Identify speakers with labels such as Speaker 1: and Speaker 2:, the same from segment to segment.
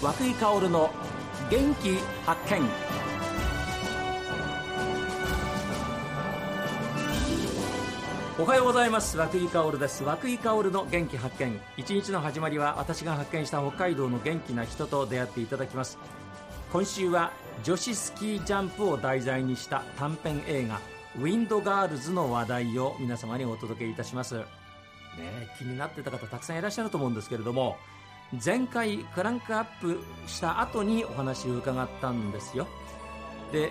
Speaker 1: 和久井薫の元気発見おはようございます和久井薫です和久井薫の元気発見一日の始まりは私が発見した北海道の元気な人と出会っていただきます今週は女子スキージャンプを題材にした短編映画「ウィンドガールズ」の話題を皆様にお届けいたしますねえ気になってた方たくさんいらっしゃると思うんですけれども前回クランクアップした後にお話を伺ったんですよで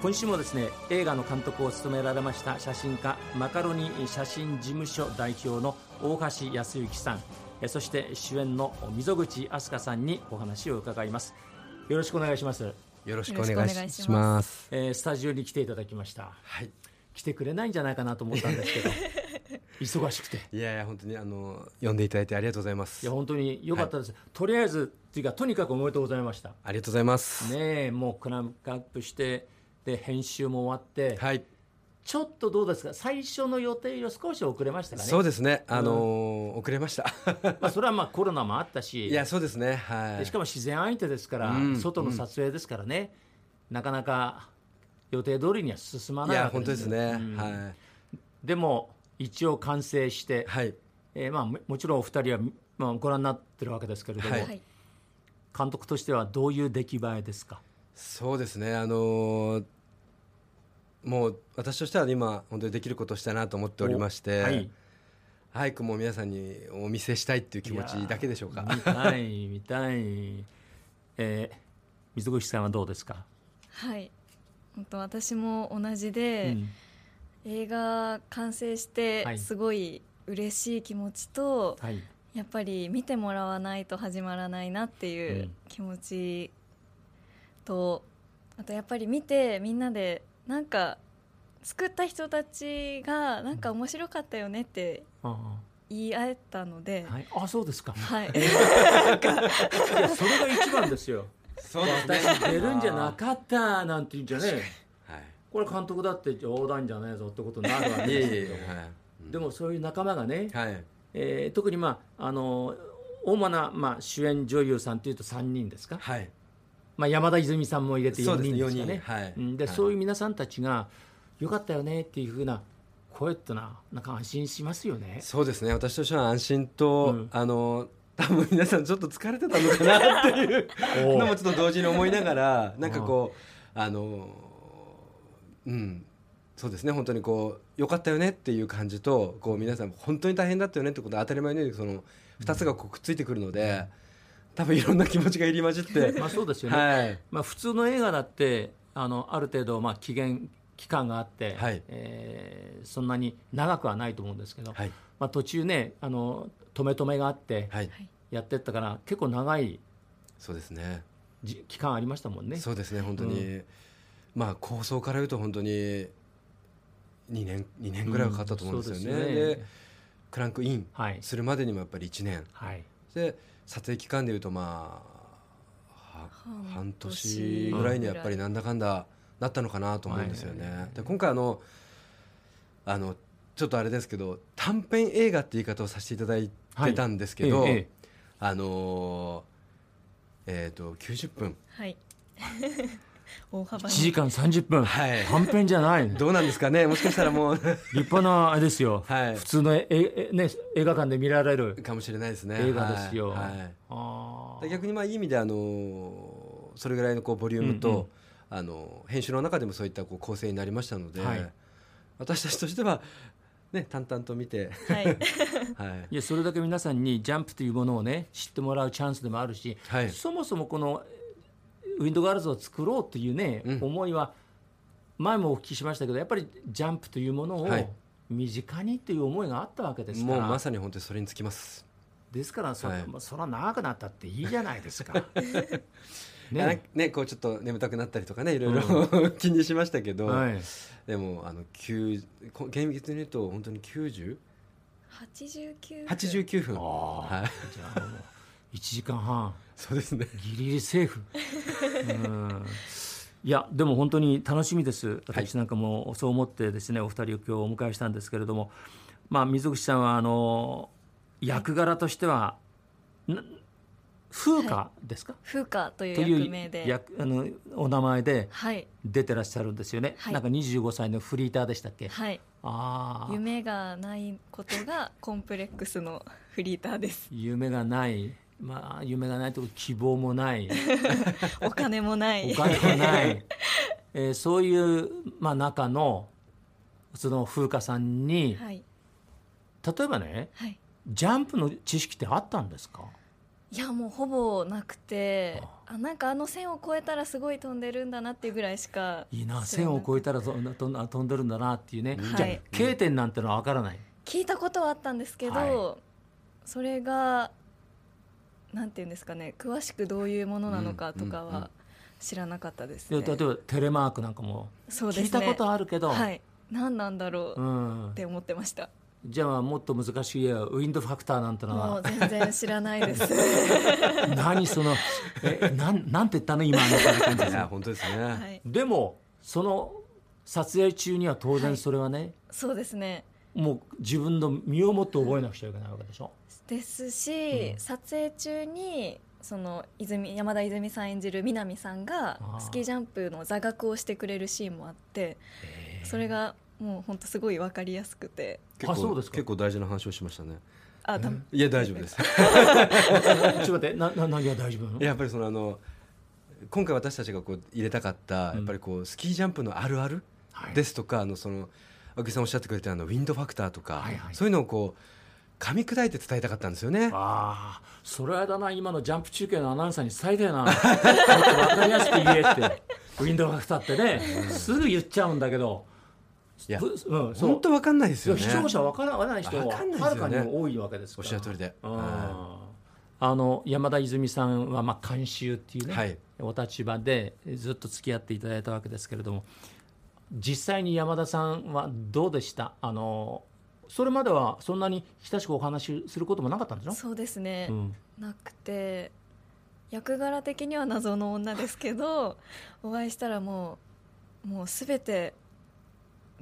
Speaker 1: 今週もですね映画の監督を務められました写真家マカロニ写真事務所代表の大橋康之さんえそして主演の溝口飛鳥さんにお話を伺いますよろしくお願いします、
Speaker 2: よろし
Speaker 3: く
Speaker 2: く
Speaker 3: お
Speaker 2: お
Speaker 3: 願
Speaker 2: 願
Speaker 3: い
Speaker 2: い
Speaker 3: し
Speaker 2: し
Speaker 3: ま
Speaker 2: ますす
Speaker 1: えースタジオに来ていただきました
Speaker 2: はい
Speaker 1: 来てくれないんじゃないかなと思ったんですけど忙しくて
Speaker 2: いやいや本当にあの呼んでいただいてありがとうございま
Speaker 1: い
Speaker 2: す
Speaker 1: や
Speaker 2: あ
Speaker 1: 本当に良かったです、とりあえずっていうかとにかくおめでとうございました
Speaker 2: りがとうございます、
Speaker 1: ねえもうクランクアップしてで編集も終わって、
Speaker 2: はい
Speaker 1: ちょっとどうですか最初の予定より少し遅れましたかね
Speaker 2: そうですねあのー遅れました
Speaker 1: まあ、それはまあコロナもあったし
Speaker 2: いやそうですねは
Speaker 1: で
Speaker 2: い
Speaker 1: しかも自然相手ですから、
Speaker 2: うん
Speaker 1: 外の撮影ですからね、なかなか予定通りには進ま
Speaker 2: い
Speaker 1: ない
Speaker 2: や
Speaker 1: わけ
Speaker 2: 本当ですね、は
Speaker 1: でも一応完成して、
Speaker 2: いはい
Speaker 1: えーまあ、ももちろんお二人は、まあ、ご覧になってるわけですけれども、
Speaker 2: はい
Speaker 3: はい、
Speaker 1: 監督としてはどういう出来栄えですか
Speaker 2: そうですねあのーもう私としては今本当にできることをしたなと思っておりまして、
Speaker 1: おはい
Speaker 2: 早くもう皆さんにお見せしたいっていう気持ちだけでしょうか
Speaker 1: 見たい見たい、えー、水口さんはどうですか、
Speaker 3: はい、本当私も同じで、
Speaker 1: うん
Speaker 3: 映画完成し
Speaker 1: はい
Speaker 3: てすごい嬉しい気持ちと、
Speaker 1: はい、
Speaker 3: やっぱり見てもらわないと始まらないなっていううん気持ちと、あとやっぱり見てみんなでなんか作った人たちがなんか面白かったよねって
Speaker 1: あ
Speaker 3: 言い合えたので、
Speaker 1: あはい、あそうですか
Speaker 3: はい、
Speaker 1: いやそれが一番です よ
Speaker 2: そう
Speaker 1: 私出るんじゃなかったなんて言うんじゃねえ
Speaker 2: は
Speaker 1: これ監督だって冗談じゃねえぞってことになるわけ
Speaker 2: いいえ い
Speaker 1: です
Speaker 2: えい
Speaker 1: よ
Speaker 2: えはいうん
Speaker 1: でもそういう仲間がね、
Speaker 2: はい
Speaker 1: えー特にまああの主な、まあ、主演女優さんというと3人ですか、
Speaker 2: はい
Speaker 1: まあ、山田泉さんも入れて4
Speaker 2: そうです
Speaker 1: 人
Speaker 2: ね
Speaker 1: ですかね
Speaker 2: 四人はい
Speaker 1: うんで
Speaker 2: はい
Speaker 1: そういう皆さんたちが「よかったよね」っていうふうな声ってななんか安心しますよね。
Speaker 2: そうですね私としては安心と、
Speaker 1: うん
Speaker 2: あの多分皆さんちょっと疲れてたのかなってい うのもちょっと同時に思いながらなんかこうあのうんそうですね本当にこう良かったよねっていう感じとこう皆さん本当に大変だったよねってことは当たり前のようにその2つがこうくっついてくるので、多分いろんな気持ちが入り混じって、
Speaker 1: まあそう ですよね、
Speaker 2: はい
Speaker 1: まあ、普通の映画だってあのある程度まあ期限期間があって、
Speaker 2: はい
Speaker 1: えーそんなに長くはないと思うんですけど、
Speaker 2: はい
Speaker 1: まあ、途中ねあの止め止めがあって
Speaker 2: はい
Speaker 1: やってったから結構長い
Speaker 2: そうですね
Speaker 1: じ期間ありましたもんね。
Speaker 2: そうですね本当に、
Speaker 1: う
Speaker 2: まあ構想から言うと本当に2年二年ぐらいはかかったと思うんですよね。
Speaker 1: うんそうです
Speaker 2: で
Speaker 1: ね
Speaker 2: クランクイン
Speaker 1: はい
Speaker 2: するまでにもやっぱり1年
Speaker 1: はい、
Speaker 2: で撮影期間でいうとまあは
Speaker 3: 半年
Speaker 2: 半年ぐらいにはやっぱりなんだかんだなったのかなと思うんですよね。
Speaker 1: はいはいはい
Speaker 2: で今回あのあのちょっとあれですけど短編映画って言い方をさせていただいてたんですけど、
Speaker 1: ええええ
Speaker 2: あのえっ、と90分
Speaker 3: はい、 大幅
Speaker 1: 1
Speaker 3: に
Speaker 1: 時間30分、
Speaker 2: はい
Speaker 1: 短編じゃない立
Speaker 2: どうなんですかねもしかしたらもう
Speaker 1: 派なあれですよ、
Speaker 2: はい
Speaker 1: 普通のええ、ね、映画館で見られる
Speaker 2: かもしれないですね
Speaker 1: 映画ですよ。
Speaker 2: はいはい
Speaker 1: あ
Speaker 2: で
Speaker 1: ー
Speaker 2: 逆にまあいい意味であのそれぐらいのこうボリューム
Speaker 1: うんうん
Speaker 2: と、あの編集の中でもそういったこう構成になりましたので、
Speaker 1: はい
Speaker 2: 私たちとしてはね淡々と見 て、
Speaker 3: はい、
Speaker 2: はい
Speaker 1: いやそれだけ皆さんにジャンプというものをね知ってもらうチャンスでもあるし、
Speaker 2: はい
Speaker 1: そもそもこのウィンドガールズを作ろうというね、
Speaker 2: うん
Speaker 1: 思いは前もお聞きしましたけどやっぱりジャンプというものを
Speaker 2: はい
Speaker 1: 身近にという思いがあったわけですか
Speaker 2: もう
Speaker 1: ら、
Speaker 2: まさに本当にそれにつきます。
Speaker 1: ですからそ,、
Speaker 2: はい
Speaker 1: そら長くなったっていいじゃない ですか。
Speaker 2: ね
Speaker 1: ね
Speaker 2: ねこうちょっと眠たくなったりとかねいろいろ、 気にしましたけど、
Speaker 1: はい、
Speaker 2: でもあの9こ厳密に言うと本当に90
Speaker 3: 89
Speaker 2: 89分
Speaker 1: ああ、
Speaker 2: はい、
Speaker 1: じゃあもう1時間半
Speaker 2: そうですね。
Speaker 1: ギリギリセーフ。うんいやでも本当に楽しみです私なんかもそう思ってですね、お二人を今日お迎えしたんですけれども、まあ、水口さんはあの役柄としては、な風花ですか、
Speaker 3: 風花と
Speaker 1: と
Speaker 3: いう
Speaker 1: い
Speaker 3: 役名
Speaker 1: う
Speaker 3: で
Speaker 1: 役あのお名前で
Speaker 3: はい
Speaker 1: 出てらっしゃるんですよね、
Speaker 3: はい
Speaker 1: なんか25歳のフリーターでしたっけ、
Speaker 3: はい
Speaker 1: ああ
Speaker 3: 夢がないことがコンプレックスのフリータ ーです
Speaker 1: 夢がないまあ夢がないということ希望もない
Speaker 3: お金もな
Speaker 1: お
Speaker 3: い
Speaker 1: 金もない、 えーそういう、まあ、中のその風花さんに、
Speaker 3: はい
Speaker 1: 例えばね
Speaker 3: はい
Speaker 1: ジャンプの知識ってあったんですか
Speaker 3: いやもうほぼなくて
Speaker 1: あ
Speaker 3: あなんかあの線を越えたらすごい飛んでるんだなっていうぐらいしか
Speaker 1: いいな
Speaker 3: 知ら
Speaker 1: 線を
Speaker 3: な
Speaker 1: 越えたらそんな飛んだ飛んでるんだなっていうね、
Speaker 2: はい
Speaker 1: じゃあ K 点なんてのは分からない、
Speaker 3: 聞いたことはあったんですけど、
Speaker 1: は
Speaker 3: それがなんていうんですかね詳しくどういうものなのかとか
Speaker 2: うんうんうん
Speaker 3: は知らなかったです
Speaker 1: で
Speaker 3: ね、
Speaker 1: 例えばテレマークなんかも
Speaker 3: そうです
Speaker 1: 聞
Speaker 3: ね
Speaker 1: いたことあるけど、
Speaker 3: はい何なんだろ
Speaker 1: う
Speaker 3: うっ
Speaker 1: ん、
Speaker 3: て思ってました、
Speaker 1: じゃあもっと難しいやウィンドファクターなんての
Speaker 3: も
Speaker 1: は
Speaker 3: う全然知らないです
Speaker 1: 何そのえなんなんて言ったの今あの感じ
Speaker 2: い
Speaker 1: です
Speaker 2: や本当ですね、
Speaker 3: はい
Speaker 1: でもその撮影中には当
Speaker 3: は
Speaker 1: 然
Speaker 3: い
Speaker 1: それはね、
Speaker 3: そうですね
Speaker 1: もう自分の身をもって覚えなくちゃいけないわけでしょ。
Speaker 3: ですし、
Speaker 1: うん
Speaker 3: 撮影中にその泉山田泉さん演じる南さんが
Speaker 1: あー
Speaker 3: スキージャンプの座学をしてくれるシーンもあってそれがもう本当すごい分かりやすくて
Speaker 2: 結構
Speaker 1: あそうですか
Speaker 2: 結構大事な話をしましたね
Speaker 3: あだ
Speaker 2: いや大丈夫 です
Speaker 1: ちょっと待ってなな何が大丈夫なの
Speaker 2: やっぱりそのあの今回私たちがこう入れたかった、
Speaker 1: うん
Speaker 2: やっぱりこうスキージャンプのあるある
Speaker 1: はい
Speaker 2: ですとか、あのその青木さんおっしゃってくれたあのウィンドファクターとか、
Speaker 1: はいはい
Speaker 2: そういうのをこう噛み砕いて伝えたかったんですよね。
Speaker 1: ああそれはだな今のジャンプ中継のアナウンサーに伝えてえなもっと分かりやすく言えってウィンドウがたってねすぐ言っちゃうんだけど
Speaker 2: いや
Speaker 1: ぶうん、そう
Speaker 2: 本当わかんないですよね。
Speaker 1: 視聴者分からない人
Speaker 2: わ
Speaker 1: は
Speaker 2: かんないです
Speaker 1: は
Speaker 2: よ
Speaker 1: る
Speaker 2: ね
Speaker 1: かにも多いわけです
Speaker 2: お
Speaker 1: か
Speaker 2: っ
Speaker 1: ら
Speaker 2: しゃる通りで。
Speaker 1: うん
Speaker 2: は
Speaker 1: あの山田泉さんは、まあ、監修っていう
Speaker 2: い
Speaker 1: ね、
Speaker 2: はい。
Speaker 1: お立場でずっと付き合っていただいたわけですけれども実際に山田さんはどうでしたあのそれまではそんなに親しくお話しすることもなかったんでしょ
Speaker 3: そうですね、
Speaker 1: うん
Speaker 3: なくて役柄的には謎の女ですけ どお会いしたらもうもう全て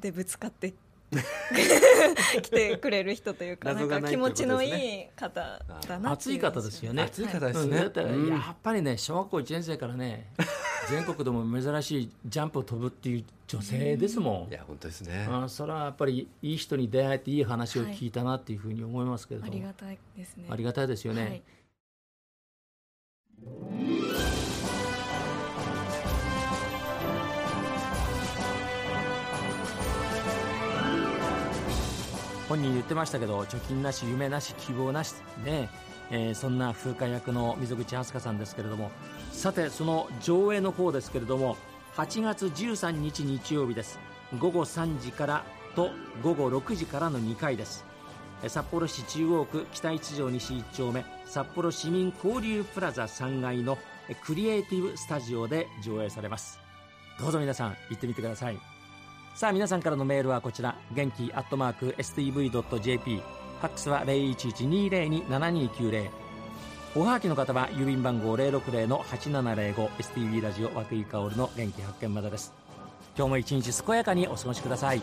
Speaker 3: でぶつかって 来てくれる人というか
Speaker 2: 謎が
Speaker 3: なんか
Speaker 2: ない
Speaker 3: 気持
Speaker 2: とい
Speaker 3: ち
Speaker 2: うこと
Speaker 3: の
Speaker 2: ですね
Speaker 3: いい方だなって
Speaker 1: 熱
Speaker 3: う
Speaker 1: い方ですよね。
Speaker 2: 熱い方です
Speaker 1: うん
Speaker 2: ね。
Speaker 1: だって
Speaker 2: うん
Speaker 1: やっぱりね小学校1年生からね全国でも珍しいジャンプを飛ぶっていう女性ですも
Speaker 2: い
Speaker 1: ん。
Speaker 2: や本当ですね。
Speaker 1: あそれはやっぱりいい人に出会えていい話を聞いたなっていうふうに思いますけれど
Speaker 3: あ
Speaker 1: も、
Speaker 3: りがたいですね
Speaker 1: ありがたいですよね。
Speaker 3: はい
Speaker 1: 本人言ってましたけど貯金なし夢なし希望なしね、えーそんな風化役の溝口飛鳥さんですけれどもさてその上映の方ですけれども8月13日日曜日です午後3時からと午後6時からの2回ですえー札幌市中央区北一条西1丁目札幌市民交流プラザ3階のえークリエイティブスタジオで上映されますどうぞ皆さん行ってみてくださいさあ皆さんからのメールはこちら元気アットマーク STV.jp ファックスは0112027290おはがきの方は郵便番号 060-8705STV ラジオ和久井薫の元気発見までです今日も一日健やかにお過ごしください